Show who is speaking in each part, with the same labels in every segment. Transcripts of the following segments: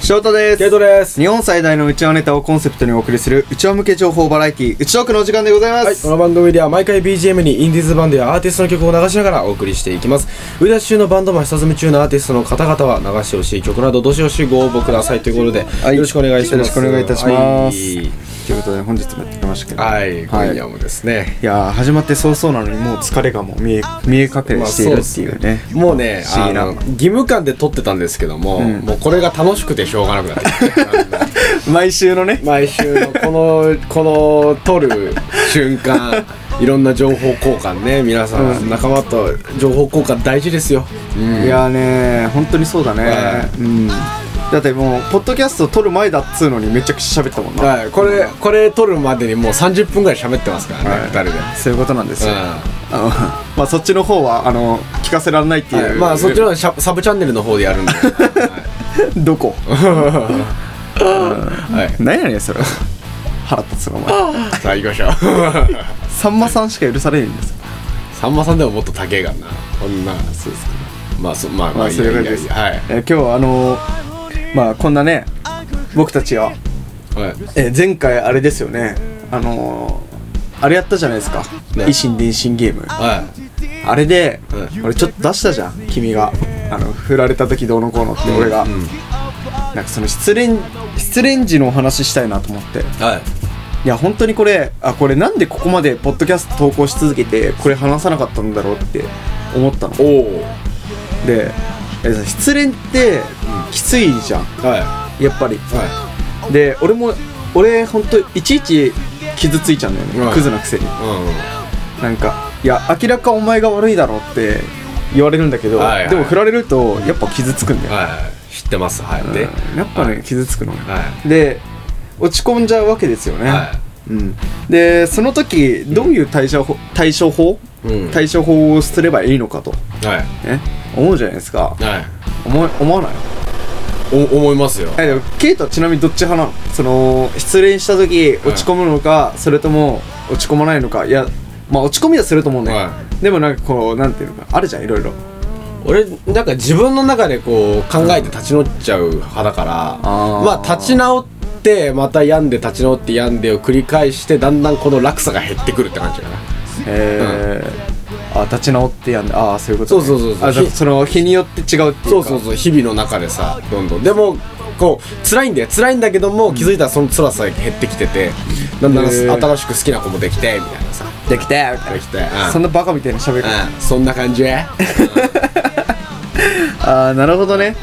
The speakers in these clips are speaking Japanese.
Speaker 1: 翔太です
Speaker 2: ケイトです。
Speaker 1: 日本最大の内輪ネタをコンセプトにお送りする内輪向け情報バラエティ内枠のお時間でございま
Speaker 2: はい、
Speaker 1: す、
Speaker 2: この番組では毎回 BGM にインディーズバンドやアーティストの曲を流しながらお送りしていきます。売り出し中のバンドマン、下積み中のアーティストの方々は流してほしい曲などどしどしご応募くださいということで、
Speaker 1: い
Speaker 2: よろしくお願いします。
Speaker 1: よろしくお願いいたします
Speaker 2: は
Speaker 1: ということで本日もやってきましたけど、
Speaker 2: い、はい今夜もですね。
Speaker 1: いやー始まって早々なのにもう疲れがもう見え見え隠れしているっていうね,、
Speaker 2: もうね、
Speaker 1: 不思
Speaker 2: あ
Speaker 1: 議な
Speaker 2: の、義務感で撮ってたんですけども、
Speaker 1: ん
Speaker 2: もうこれが楽しくてしょうがなくなってきて。
Speaker 1: 毎週のね
Speaker 2: 毎週のこ のこの撮る瞬間いろんな情報交換ね皆さん、仲間と情報交換大事ですよ、
Speaker 1: いやーね本当にそうだね、
Speaker 2: は
Speaker 1: うんだってもうポッドキャスト撮る前だっつうのにめちゃくちゃ喋ったもんな、
Speaker 2: はい、これこれ撮るまでにもう30分ぐらい喋ってますからね、
Speaker 1: はい
Speaker 2: 2人で、
Speaker 1: そういうことなんですよ、
Speaker 2: う
Speaker 1: あのまあそっちの方はあの聞かせられないって
Speaker 2: ん
Speaker 1: いう、
Speaker 2: まあそっちのシャサブチャンネルの方でや るんで、は
Speaker 1: ど こ
Speaker 2: いはい、
Speaker 1: 何やねんそれ腹立つなお前
Speaker 2: さあ行きましょう
Speaker 1: さんまさんしか許されないんですよ
Speaker 2: さんまさんでももっと高えがなこんな
Speaker 1: そうです
Speaker 2: まあそまあま
Speaker 1: ま
Speaker 2: あ
Speaker 1: あ
Speaker 2: いい
Speaker 1: そう
Speaker 2: や
Speaker 1: いう
Speaker 2: い
Speaker 1: 感
Speaker 2: い
Speaker 1: じで
Speaker 2: やいい
Speaker 1: す
Speaker 2: やはい
Speaker 1: えー今日はあのーまあこんなね僕たちは、
Speaker 2: はい
Speaker 1: えー前回あれですよねあのーあれやったじゃないですか、
Speaker 2: ね
Speaker 1: 維新伝心ゲーム
Speaker 2: はい
Speaker 1: あれで、
Speaker 2: うん
Speaker 1: 俺ちょっと出したじゃん君があの振られた時どうのこうのって俺が、なんかその失恋失恋時のお話したいなと思って
Speaker 2: はい
Speaker 1: いや本当にこれあこれなんでここまでポッドキャスト投稿し続けてこれ話さなかったんだろうって思ったの
Speaker 2: お
Speaker 1: でえ失恋ってきついじゃん
Speaker 2: おは
Speaker 1: やっぱり
Speaker 2: いは
Speaker 1: で俺も俺本当いちいち傷ついちゃうんだよね、
Speaker 2: はい
Speaker 1: クズなくせに
Speaker 2: いうん
Speaker 1: なんかいや明らかお前が悪いだろうって言われるんだけど、
Speaker 2: はいはい
Speaker 1: でも振られるとやっぱ傷つくんだよ、
Speaker 2: はい知ってますはい
Speaker 1: うん
Speaker 2: で
Speaker 1: やっぱね傷つくのね、
Speaker 2: は
Speaker 1: で落ち込んじゃうわけですよ
Speaker 2: い
Speaker 1: ね、
Speaker 2: は
Speaker 1: うん、でその時どういう対処法対処法、
Speaker 2: いうんはい
Speaker 1: 対処法をすればいいのかと、ね、思うじゃないですか
Speaker 2: はい
Speaker 1: 思い思わない
Speaker 2: お思いますよ
Speaker 1: えでもケイトはちなみにどっち派なのその失恋した時落ち込むのか、それとも落ち込まないのかいやまあ落ち込みはすると思うね、
Speaker 2: は
Speaker 1: でもなんかこうなんていうのかあるじゃんいろいろ
Speaker 2: 俺なんか自分の中でこう考えて立ち直っちゃう派だから、
Speaker 1: あー
Speaker 2: まあ立ち直ってまた病んで立ち直って病んでを繰り返してだんだんこの落差が減ってくるって感じかな
Speaker 1: えーあ立ち直ってやんだああそういうこと、
Speaker 2: そうそうそうそう
Speaker 1: あじゃあその日によって違うってい
Speaker 2: そうう
Speaker 1: か
Speaker 2: そうそう日々の中でさどんどんでもこう辛いんだよ辛いんだけども気づいたらその辛さが減ってきててだんだん
Speaker 1: へー
Speaker 2: 新しく好きな子もできてみたいなさ
Speaker 1: できてみたい
Speaker 2: で
Speaker 1: な
Speaker 2: きてうん
Speaker 1: そんなバカみたいな喋り方、
Speaker 2: うんそんな感じうん
Speaker 1: ああなるほどね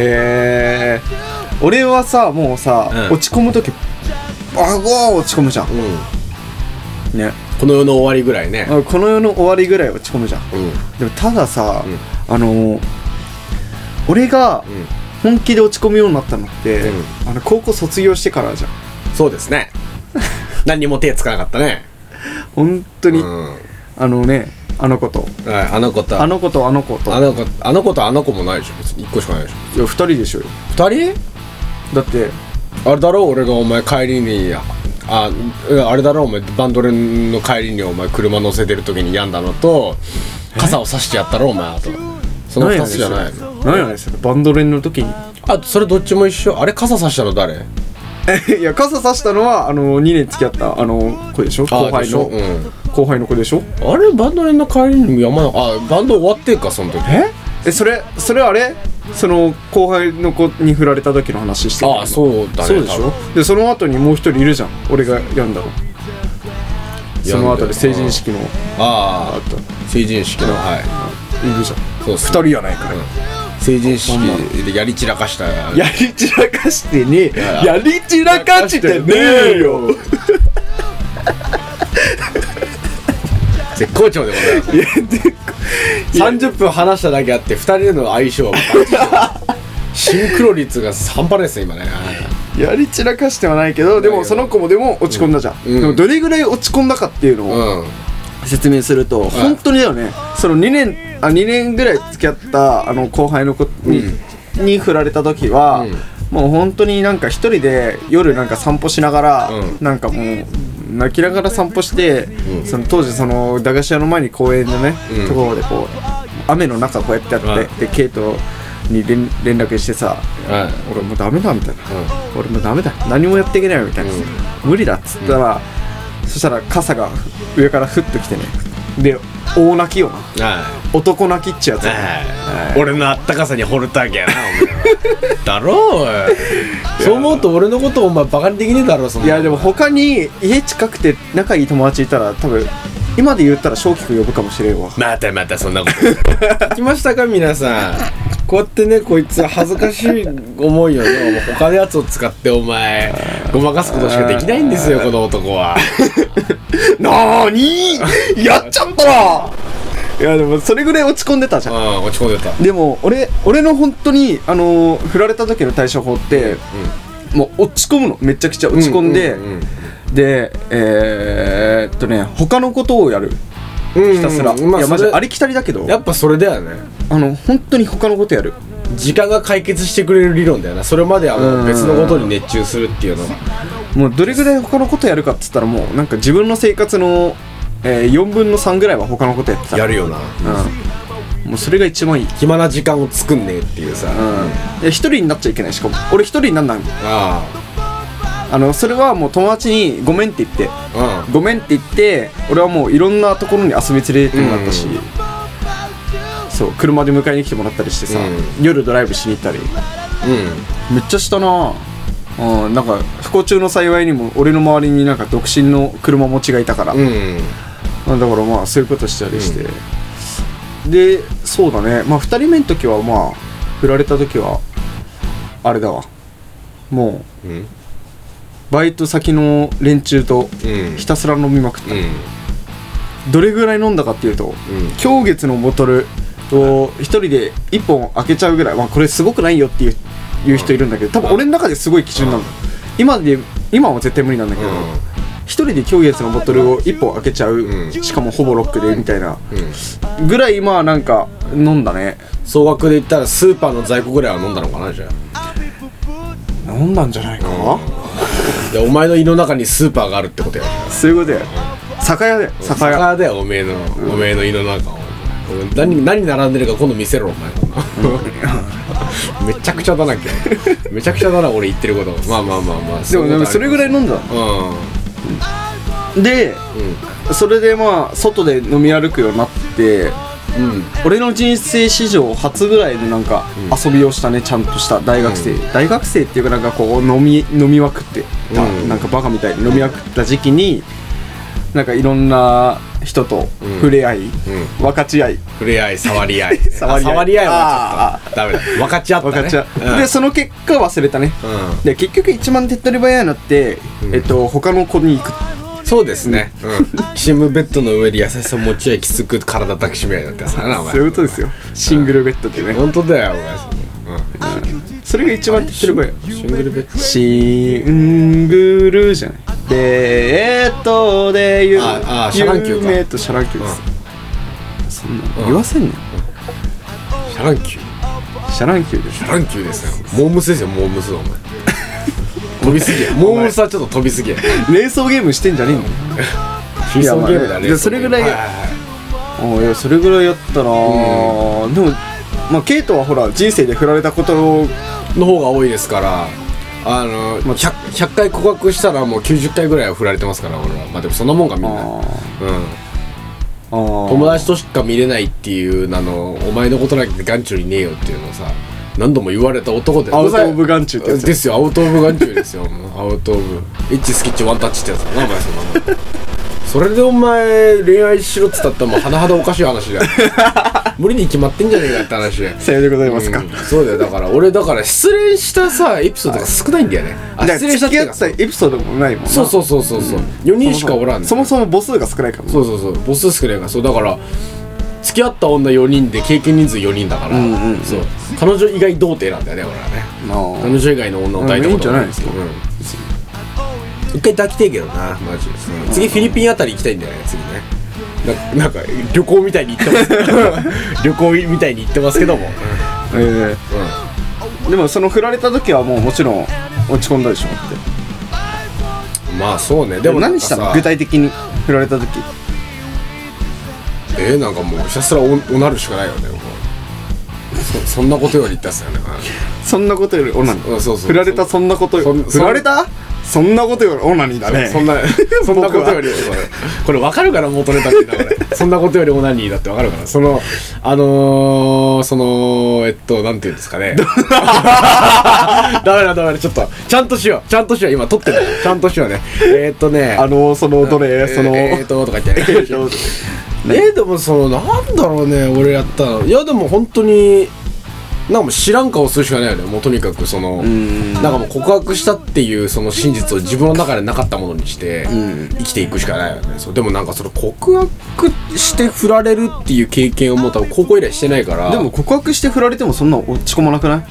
Speaker 1: えー、俺はさもうさ、
Speaker 2: うん
Speaker 1: 落ち込む時バゴー落ち込むじゃん
Speaker 2: うん
Speaker 1: ね
Speaker 2: この世の終わりぐらいね
Speaker 1: あこの世の終わりぐらい落ち込むじゃん
Speaker 2: うん
Speaker 1: でもたださ、あのー俺が
Speaker 2: うん
Speaker 1: 本気で落ち込むようになったのって、
Speaker 2: う
Speaker 1: あの高校卒業してからじゃん
Speaker 2: そうですね何にも手つかなかったね
Speaker 1: 本当に、
Speaker 2: うん
Speaker 1: あのねあの子と
Speaker 2: はい、あの子と
Speaker 1: あの子とあの子と
Speaker 2: あの子あの子とあの子もないでしょ別に1個しかないでしょ
Speaker 1: いや二人でしょよ
Speaker 2: 2
Speaker 1: だって
Speaker 2: 人あれだろ俺がお前帰りにあうんあれだろお前バンドレンの帰りにお前車乗せてる時に病んだのと傘を差してやったろお前あとその2つじゃないの
Speaker 1: 何やねんそれバンド連の時に
Speaker 2: あそれどっちも一緒あれ傘差したの誰
Speaker 1: いや傘さしたのはあの2年付き合ったあの子でしょ後輩の、
Speaker 2: あ,でしょ、
Speaker 1: 後輩の子でしょ
Speaker 2: うん、あれバンドレンの帰りに山のあバンド終わってんかその時
Speaker 1: ええそれそれあれその後輩の子に振られた時の話してる
Speaker 2: あそうだね
Speaker 1: そうでし
Speaker 2: 多
Speaker 1: ょでその後にもう一人いるじゃん俺がやんだろその後で成人式の
Speaker 2: あ
Speaker 1: あ
Speaker 2: あ
Speaker 1: った
Speaker 2: 成人式のはい
Speaker 1: いるじゃん
Speaker 2: そうっす
Speaker 1: 二
Speaker 2: ね
Speaker 1: 人やないかい
Speaker 2: うん成人式でやり散らかした
Speaker 1: やり散らかしてねえ
Speaker 2: い
Speaker 1: やり散らかしてねえよ
Speaker 2: 絶好調でございます30分話しただけあって2人での相性はバッチリシンクロ率が半端ないですね今ね
Speaker 1: やり散らかしてはないけどでもその子もでも落ち込んだじゃん、
Speaker 2: うん
Speaker 1: でもどれぐらい落ち込んだかっていうのを、
Speaker 2: うん
Speaker 1: 説明すると、本当にだよねその2年あ2年ぐらい付き合ったあの後輩の子に,、に振られた時は、
Speaker 2: うん
Speaker 1: もう本当になんか一人で夜なんか散歩しながら、
Speaker 2: うん
Speaker 1: なんかもう泣きながら散歩して、
Speaker 2: ん
Speaker 1: その当時その駄菓子屋の前に公園のね、
Speaker 2: うん
Speaker 1: ところでこう雨の中こうやってやって、
Speaker 2: はい
Speaker 1: でケイトに連連絡してさ
Speaker 2: はい
Speaker 1: 「俺もうダメだ」みたいな
Speaker 2: う
Speaker 1: 「
Speaker 2: ん
Speaker 1: 俺もうダメだ何もやっていけない」みたいな「無理だ」っつったら、そしたら傘が上から降ってきてねで大泣きよな
Speaker 2: は
Speaker 1: 男泣きっちゅうやつ
Speaker 2: いはい俺のあったかさに惚れたわけやなお前 はだろおいそう思うと俺のことお前バカにできねえだろそん
Speaker 1: い
Speaker 2: なの
Speaker 1: やでも他に家近くて仲いい友達いたら多分今で言ったら正輝くん呼ぶかもしれんわ
Speaker 2: またまたそんなこと聞きましたか皆さんこうやってねこいつは恥ずかしい思いをねもう他のやつを使ってお前ごまかすことしかできないんですよこの男は
Speaker 1: なーにーやっちゃったないやでもそれぐらい落ち込んでたじ
Speaker 2: う
Speaker 1: ゃん
Speaker 2: ん落ち込んでた
Speaker 1: でも俺俺の本当にあのー振られた時の対処法って、もう落ち込むのめちゃくちゃ落ち込んで、
Speaker 2: うんうん
Speaker 1: でえー、っとね他のことをやる
Speaker 2: うん
Speaker 1: ひたすら、
Speaker 2: うんまあ
Speaker 1: いやマジ
Speaker 2: それ
Speaker 1: ありきたりだけど
Speaker 2: やっぱそれだよね
Speaker 1: あの本当に他のことやる
Speaker 2: 時間が解決してくれる理論だよなそれまであ
Speaker 1: う
Speaker 2: の
Speaker 1: ん
Speaker 2: 別のことに熱中するっていうのが
Speaker 1: もうどれぐらい他のことやるかっつったらもうなんか自分の生活の、えー、4分の3ぐらいは他のことやってた
Speaker 2: やるよな
Speaker 1: うんもうそれが一番いい
Speaker 2: 暇な時間を作んねえっていうさ
Speaker 1: うんで一人になっちゃいけないしかも俺一人になんないもん
Speaker 2: あ
Speaker 1: あのそれはもう友達に「ごめん」って言って
Speaker 2: あ
Speaker 1: 「ごめん」って言って俺はもういろんなところに遊び連れてってもらったし、
Speaker 2: うん
Speaker 1: そう車で迎えに来てもらったりしてさ、
Speaker 2: う
Speaker 1: 夜ドライブしに行ったり
Speaker 2: うんうん
Speaker 1: めっちゃしたなうん、なんか不幸中の幸いにも俺の周りになんか独身の車持ちがいたから、
Speaker 2: うん
Speaker 1: まあだからまあそういうことしたりして、でそうだねまあ2人目の時はまあ振られた時はあれだわもう
Speaker 2: うん
Speaker 1: バイト先の連中と
Speaker 2: うん
Speaker 1: ひたすら飲みまくった、
Speaker 2: うん
Speaker 1: どれぐらい飲んだかっていうと
Speaker 2: うん
Speaker 1: 今月のボトルを1人で1本開けちゃうぐらい、まあ、これすごくないよっていういう人いるんだけど多分俺の中ですごい基準なの、今で今は絶対無理なんだけど、
Speaker 2: う
Speaker 1: 一人で今月のボトルを1本開けちゃう、
Speaker 2: うん
Speaker 1: しかもほぼロックでみたいなん
Speaker 2: うん
Speaker 1: ぐらいまあなんか飲んだね
Speaker 2: 総額で言ったらスーパーの在庫ぐらいは飲んだのかなじゃ
Speaker 1: 飲んだんじゃないかな、
Speaker 2: あでお前の胃の中にスーパーがあるってことや
Speaker 1: そういうことや酒屋だよ酒屋
Speaker 2: だよおめえの、おめえの胃の中を何何並んでるか今度見せろお前 めちゃくちゃだな今日めちゃくちゃだな俺言ってることまあまあまあまあ
Speaker 1: でもでもそれぐらい飲んだ
Speaker 2: うん
Speaker 1: で
Speaker 2: う
Speaker 1: それでまあ外で飲み歩くようになって
Speaker 2: んうん
Speaker 1: 俺の人生史上初ぐらいのなんか遊びをしたねちゃんとした大学生、大学生っていうかなんかこう飲み飲みまくってた、
Speaker 2: うん
Speaker 1: なんかバカみたいに飲みまくった時期になんかいろんな人と触れ合い、分かち合い
Speaker 2: 触れ合い触り合い
Speaker 1: 触り合い
Speaker 2: あ触り合いはちょっとダメだ分かち合った
Speaker 1: 分
Speaker 2: ね
Speaker 1: かち合い、
Speaker 2: うん
Speaker 1: でその結果忘れたねで結局一番手っ取り早いのって、
Speaker 2: うん
Speaker 1: えっと他の子に行く
Speaker 2: うんそうですね、うん、 シムベッドの上で優しさを持ち合いきつく体抱きしめ合いだったやつだなお前
Speaker 1: そういうことですよシングルベッドでね、
Speaker 2: 本当だよ、お前。
Speaker 1: それが一番手っ取り早い
Speaker 2: シングルベッ
Speaker 1: シングルじゃないデートでゆ
Speaker 2: ああシャ乱 Q か
Speaker 1: 夢とシャランキューです、そんなの言わせんねん
Speaker 2: ド。シャランキュー。
Speaker 1: シャランキューです
Speaker 2: シ ャランキューですよ。モームスですよ、モームスお前。 飛びすぎや。モームスはちょっと飛びすぎや。
Speaker 1: 連想ゲームしてんじゃねえの
Speaker 2: シーソーゲーム
Speaker 1: まあ
Speaker 2: だ
Speaker 1: ね
Speaker 2: ね。
Speaker 1: いやそれぐらい
Speaker 2: はは
Speaker 1: あいやそれぐらいやったなあ、でもまあケイトはほら人生で振られたことを
Speaker 2: いの方が多いですから。あの 100, 100回告白したらもう90回ぐらいは振られてますから俺はまあでもそんなもんかみんな、うん、友
Speaker 1: 友
Speaker 2: 達としか見れないっていうあのお前のことなんて眼中にねえよっていうのをさ何度も言われた男で
Speaker 1: アウト・オブ・ガンチューってやつ
Speaker 2: ですよアウト・オブ・ガンチューですよもうアウト・オブエッチ・スキッチ・ワンタッチってやつだなお前そんなもんそれでお前恋愛しろっつったってもう甚だおかしい 話だよ無理に決まってんじゃねえかって話で
Speaker 1: さようでございますか、
Speaker 2: うんそうだよだから俺だから失恋したさエピソードが少ないんだよねあ
Speaker 1: だから
Speaker 2: 失恋したっ
Speaker 1: 付
Speaker 2: て
Speaker 1: き
Speaker 2: いう
Speaker 1: 合
Speaker 2: か
Speaker 1: ってたエピソードもないもんな
Speaker 2: そうそうそうそうそう4人しかおらんね
Speaker 1: そもそも母数が少ないから
Speaker 2: そうそうそう母数少ないからそうだから付き合った女4人で経験人数4人だから、
Speaker 1: うんうんうん
Speaker 2: そう彼女以外童貞なんだよね俺は
Speaker 1: ま
Speaker 2: ね
Speaker 1: あ
Speaker 2: 彼女以外の女を抱いた
Speaker 1: うん
Speaker 2: こと
Speaker 1: いいんじゃないですか
Speaker 2: うん一回抱きてえけどなマジで、次フィリピンあたり行きたいんだよね次ねななんか旅行みたいに行ってます 旅行みたいに行ってますけども、
Speaker 1: え
Speaker 2: うん
Speaker 1: えでもその振られた時はもうもちろん落ち込んだでしょって
Speaker 2: まあそうねで
Speaker 1: で
Speaker 2: も
Speaker 1: も
Speaker 2: なん
Speaker 1: 何
Speaker 2: か
Speaker 1: した
Speaker 2: さ
Speaker 1: の具体的に振られた時
Speaker 2: えー、なんかもうひたすらおおなるしかないよねもうそそんなことより言ったっすよね
Speaker 1: そんなことよりオナニ
Speaker 2: そうそう
Speaker 1: ー
Speaker 2: そう
Speaker 1: 振られたそんなこと
Speaker 2: そ
Speaker 1: よ
Speaker 2: ん
Speaker 1: 振られたそんなことよりオナニーだね
Speaker 2: そんなそんなことよりこれこれ分かるかな元ネタって言ったらそんなことよりオナニーだって分かるかなそのあのー、そのえっとなんていうんですかねダメだダメだちょっとちゃんとしようちゃんとしよう今撮ってるちゃんとしようねえー、っとね
Speaker 1: あのそのど
Speaker 2: え
Speaker 1: れ
Speaker 2: ー
Speaker 1: その
Speaker 2: えー、っととか言ってねえー、でもそのなんだろうね俺やったのいやでも本当になんかもう知らん顔するしかないよねもうとにかくその
Speaker 1: ん
Speaker 2: なんかもう告白したっていうその真実を自分の中でなかったものにして
Speaker 1: ん
Speaker 2: 生きていくしかないよねそうでもなんかそれ告白して振られるっていう経験をもう多分高校以来してないから
Speaker 1: でも告白して振られてもそんな落ち込まなくない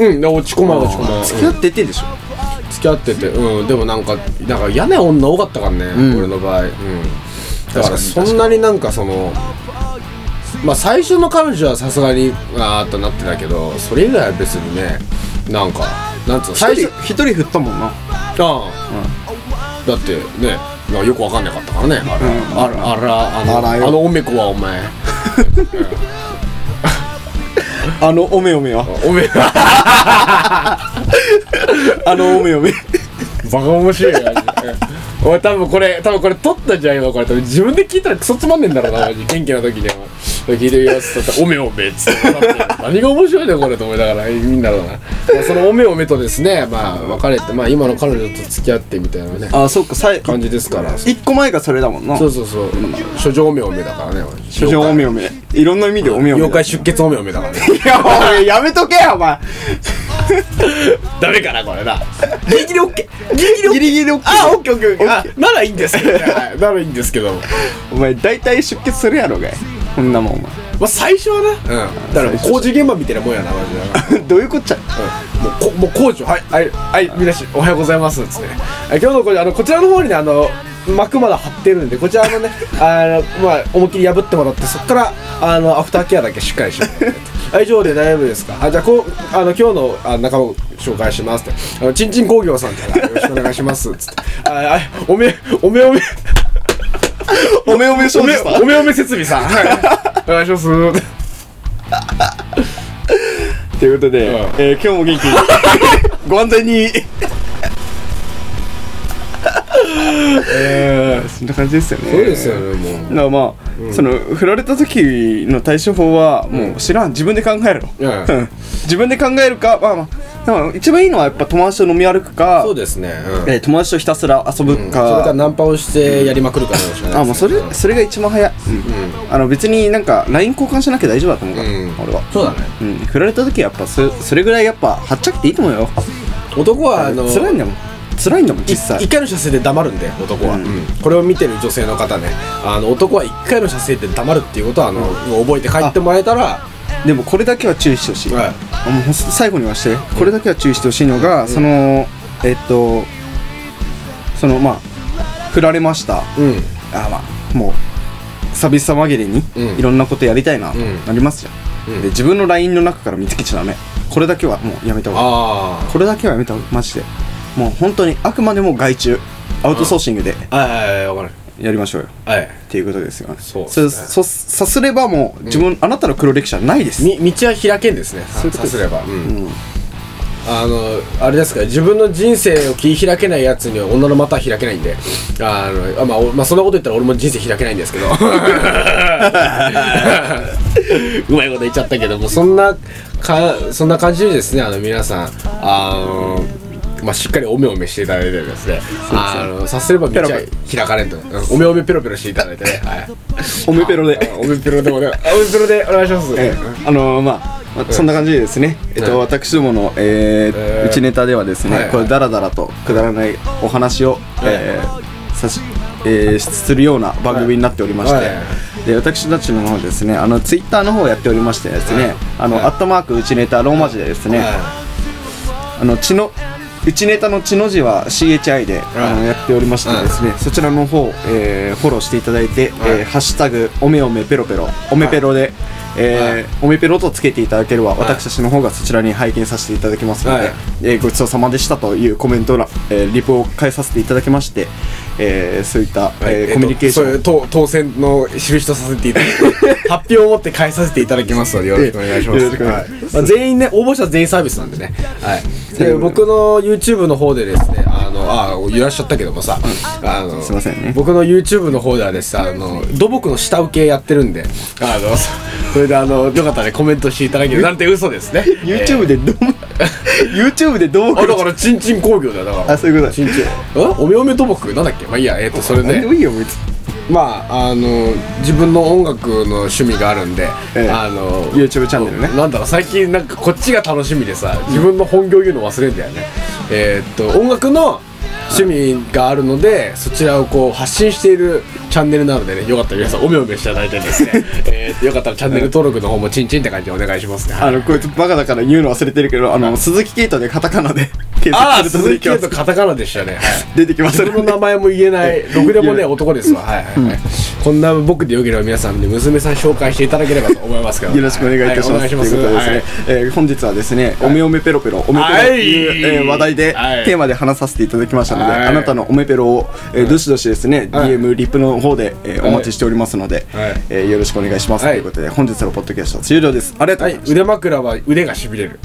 Speaker 2: うんで落ち込まん落ち込まん
Speaker 1: 付き合っててんでしょ
Speaker 2: 付き合っててうんでもなんかなんか嫌な女多かったからね、
Speaker 1: ん
Speaker 2: 俺の場合、うん、
Speaker 1: 確
Speaker 2: だか
Speaker 1: からに
Speaker 2: そんなになんかそのまあ最初の彼女はさすがにあーっとなってたけどそれ以外は別にねなんかなんつうの最
Speaker 1: 最
Speaker 2: 初
Speaker 1: 初一人振ったもんな
Speaker 2: ああ、だってねなんかよくわかんなかったからねあら、あらあらあの
Speaker 1: あら
Speaker 2: あ
Speaker 1: よ
Speaker 2: のおめこはお前
Speaker 1: あのおめおめは
Speaker 2: おめバ
Speaker 1: あのおめおめ
Speaker 2: カ面白いよマジで うんお前多分これ多分これ撮ったじゃん今これ多分自分で聞いたらクソつまんねえんだろうなマジ元気な時に聞いてみますって言ったら「おめおめ」っつって何が面白いんだよこれと思いながらいいんだろうな、まあ、その「おめおめ」とですねまあ別れてまあ今の彼女と付き合ってみたいなね
Speaker 1: あそうかさい
Speaker 2: 感じですからそ
Speaker 1: 一個前がそれだもんな
Speaker 2: うそうそう処女おめおめだからね
Speaker 1: 所長おめおめいろんな意味でおめおめ
Speaker 2: 妖怪出血おめおめだからね
Speaker 1: いやお前やめとけよお前
Speaker 2: ダメかなこれなギリギリオッケーギリギリオッケ
Speaker 1: ギ
Speaker 2: ー
Speaker 1: リギリ OK
Speaker 2: あオッケーオッケーオッケーあならいいんですけどねはいならいいんですけ ども
Speaker 1: お前大体出血するやろがいこんなもんお前
Speaker 2: まあ最初はなうんだからもう工事現場みたいなもんやなマジでな
Speaker 1: どういうこっちゃ
Speaker 2: うんもうこもう工事はいはいはい皆さんおはようございますっつってはい今日の工事あのこちらの方にねあの幕まだ張ってるんでこちらのね あのまあ思いっきり破ってもらってそっからあのアフターケアだけしっかりしてもらってあ以上で大丈夫ですかあじゃあこうあの今日のあ仲間を紹介しますってあのちんちん工業さんからよろしくお願いしますっつってああおめおめおめ
Speaker 1: おめおめ少女さん
Speaker 2: おめおめ設備さん。お願いし ます。
Speaker 1: ということで、
Speaker 2: うん
Speaker 1: えー今日も元気 にご安全に
Speaker 2: ええ
Speaker 1: そんな感じですよね
Speaker 2: そうですよね、も
Speaker 1: だからまあ、その振られた時の対処法はもう知らん自分で考えろ、
Speaker 2: う。う
Speaker 1: うんん、自分で考えるかまあまあでも一番いいのはやっぱ友達と飲み歩くか
Speaker 2: そうですね。うん
Speaker 1: えー友達とひたすら遊ぶ
Speaker 2: それ
Speaker 1: か、
Speaker 2: かナンパをしてやりまくるか
Speaker 1: あもうそれそれが一番早い、あの別になんか LINE 交換しなきゃ大丈夫だと思うから、
Speaker 2: うん
Speaker 1: 俺は、
Speaker 2: そうだね。
Speaker 1: うん、振られた時はやっぱそそれぐらいやっぱはっちゃけていいと思うよ
Speaker 2: 男はあの
Speaker 1: 辛いんだもん辛いんだもん実際
Speaker 2: 一回の射精で黙るんで男は、
Speaker 1: うん
Speaker 2: うんこれを見てる女性の方ねあの男は一回の射精で黙るっていうことはあの、覚えて帰ってもらえたら
Speaker 1: でもこれだけは注意してほしい、
Speaker 2: はい
Speaker 1: あもうほんと最後にはしてこれだけは注意してほしいのが、そのえっとそのまあ振られました
Speaker 2: うん
Speaker 1: あまあもう寂しさ紛れに
Speaker 2: うん
Speaker 1: いろんなことやりたいな、
Speaker 2: ん
Speaker 1: なりますじゃん、
Speaker 2: うん
Speaker 1: で自分の LINE の中から見つけちゃダメこれだけはもうやめた方がい
Speaker 2: あ
Speaker 1: いこれだけはやめた方がいいマジでもう本当にあくまでも外注アウトソーシングで
Speaker 2: あはいはいはいわか
Speaker 1: やりましょうよ、
Speaker 2: るはい
Speaker 1: っていうことですよね
Speaker 2: そうですね
Speaker 1: そそさすればもう自分、あなたの黒歴史はないです
Speaker 2: み道は開けんですね
Speaker 1: そういうこと
Speaker 2: さ
Speaker 1: です
Speaker 2: すれば、うん
Speaker 1: うん
Speaker 2: あの、あれですか、自分の人生を切り開けないやつには女の股は開けないんで、あの、あまあ、おまあ、そんなこと言ったら俺も人生開けないんですけ ど。うまいこと言っちゃったけども、そんな、か、そんな感じでですね、あの、皆さん、あの、まあ、しっかりおめおめしていただいてですね、あの、さすれば道は開かれんと、うんおめおめペロペロしていただいてね、はい。
Speaker 1: おめペロで
Speaker 2: おめペロでお願い、 おめペロでお願いします。
Speaker 1: ええあのーまあまあそんな感じでですね、えっ
Speaker 2: はい
Speaker 1: と、私どもの、えー
Speaker 2: えー
Speaker 1: うちネタではですね、
Speaker 2: はい
Speaker 1: これダラダラとくだらないお話を、えーさしえーするような番組になっておりまして、
Speaker 2: はい
Speaker 1: で私たちの方ですねあのツイッターの方をやっておりましてですね、あの、アットマークうちネタローマ字でですね、
Speaker 2: は
Speaker 1: あの血のうちネタの血の字は CHI で、あのやっておりましてですね、そちらの方、えーフォローしていただいて、えーハッシュタグおめおめペロペロおめペロで、えーおめペロとつけていただければ、私たちの方がそちらに拝見させていただきますので、
Speaker 2: はい
Speaker 1: えーごちそうさまでしたというコメントら、えーリプを返させていただきまして、えーそういった、
Speaker 2: い
Speaker 1: えーコミュニケーション、
Speaker 2: そういう当当選の印とさせていただいて発表を持って返させていただきますのでよろしくお願いします
Speaker 1: よろしくお願いし
Speaker 2: はいまあ全員ね応募者全員サービスなんでね、はい、で僕の YouTube の方でですねあのあいらっしゃったけどもさ、あの
Speaker 1: すいませんね
Speaker 2: 僕の YouTube の方ではですねあの土木の下請けやってるんであの そそれであのよかったらねコメントしていただけるなんて嘘ですね
Speaker 1: YouTube でどう YouTube でどう
Speaker 2: あだからちんちん工業だよだから
Speaker 1: あそういうことだ
Speaker 2: ちんちんんおめおめ土木なんだっけまあいいやえっ、とそれ
Speaker 1: 何
Speaker 2: ね
Speaker 1: でもいいよ別に
Speaker 2: まああの自分の音楽の趣味があるんで、
Speaker 1: ええ
Speaker 2: あの
Speaker 1: YouTube チャンネルね
Speaker 2: なんだろう最近なんかこっちが楽しみでさ自分の本業言うの忘れんだよねえーっと音楽の趣味があるのでそちらをこう発信しているチャンネルなのでねよかったら皆さんおめおめしていただいてで すね、えーっとよかったらチャンネル登録の方もチンチンって感じでお願いしますね
Speaker 1: あのこいつバカだから言うの忘れてるけどあの鈴木ケイトでカタカナで 検
Speaker 2: ああ
Speaker 1: 索する
Speaker 2: 鈴
Speaker 1: と出て
Speaker 2: 木
Speaker 1: き
Speaker 2: 圭
Speaker 1: ま
Speaker 2: と
Speaker 1: す
Speaker 2: カタカナでしたね、はい
Speaker 1: 出てきます
Speaker 2: 自分の名前も言えない、ろくでもねえ男ですわ。はいはいはい。こんな僕でよければ皆さんに娘さん紹介していただければと思いますけど。
Speaker 1: よろしくお願いいたします。
Speaker 2: はお願いします。
Speaker 1: ということでですね
Speaker 2: はい、
Speaker 1: えー本日はですね、おめおめペロペロ、おめペロという、
Speaker 2: はい
Speaker 1: えー話題で、
Speaker 2: はい
Speaker 1: テーマで話させていただきましたので、
Speaker 2: はい
Speaker 1: あなたのおめペロを、えーどしどしですね、
Speaker 2: はい
Speaker 1: DM、リップの方で、えー
Speaker 2: はい
Speaker 1: お待ちしておりますので、
Speaker 2: はい
Speaker 1: えーよろしくお願いします。
Speaker 2: はい
Speaker 1: ということで、本日のポッドキャストは終了です。ありがとうござい
Speaker 2: はい
Speaker 1: ました。
Speaker 2: 腕枕は腕がしびれる。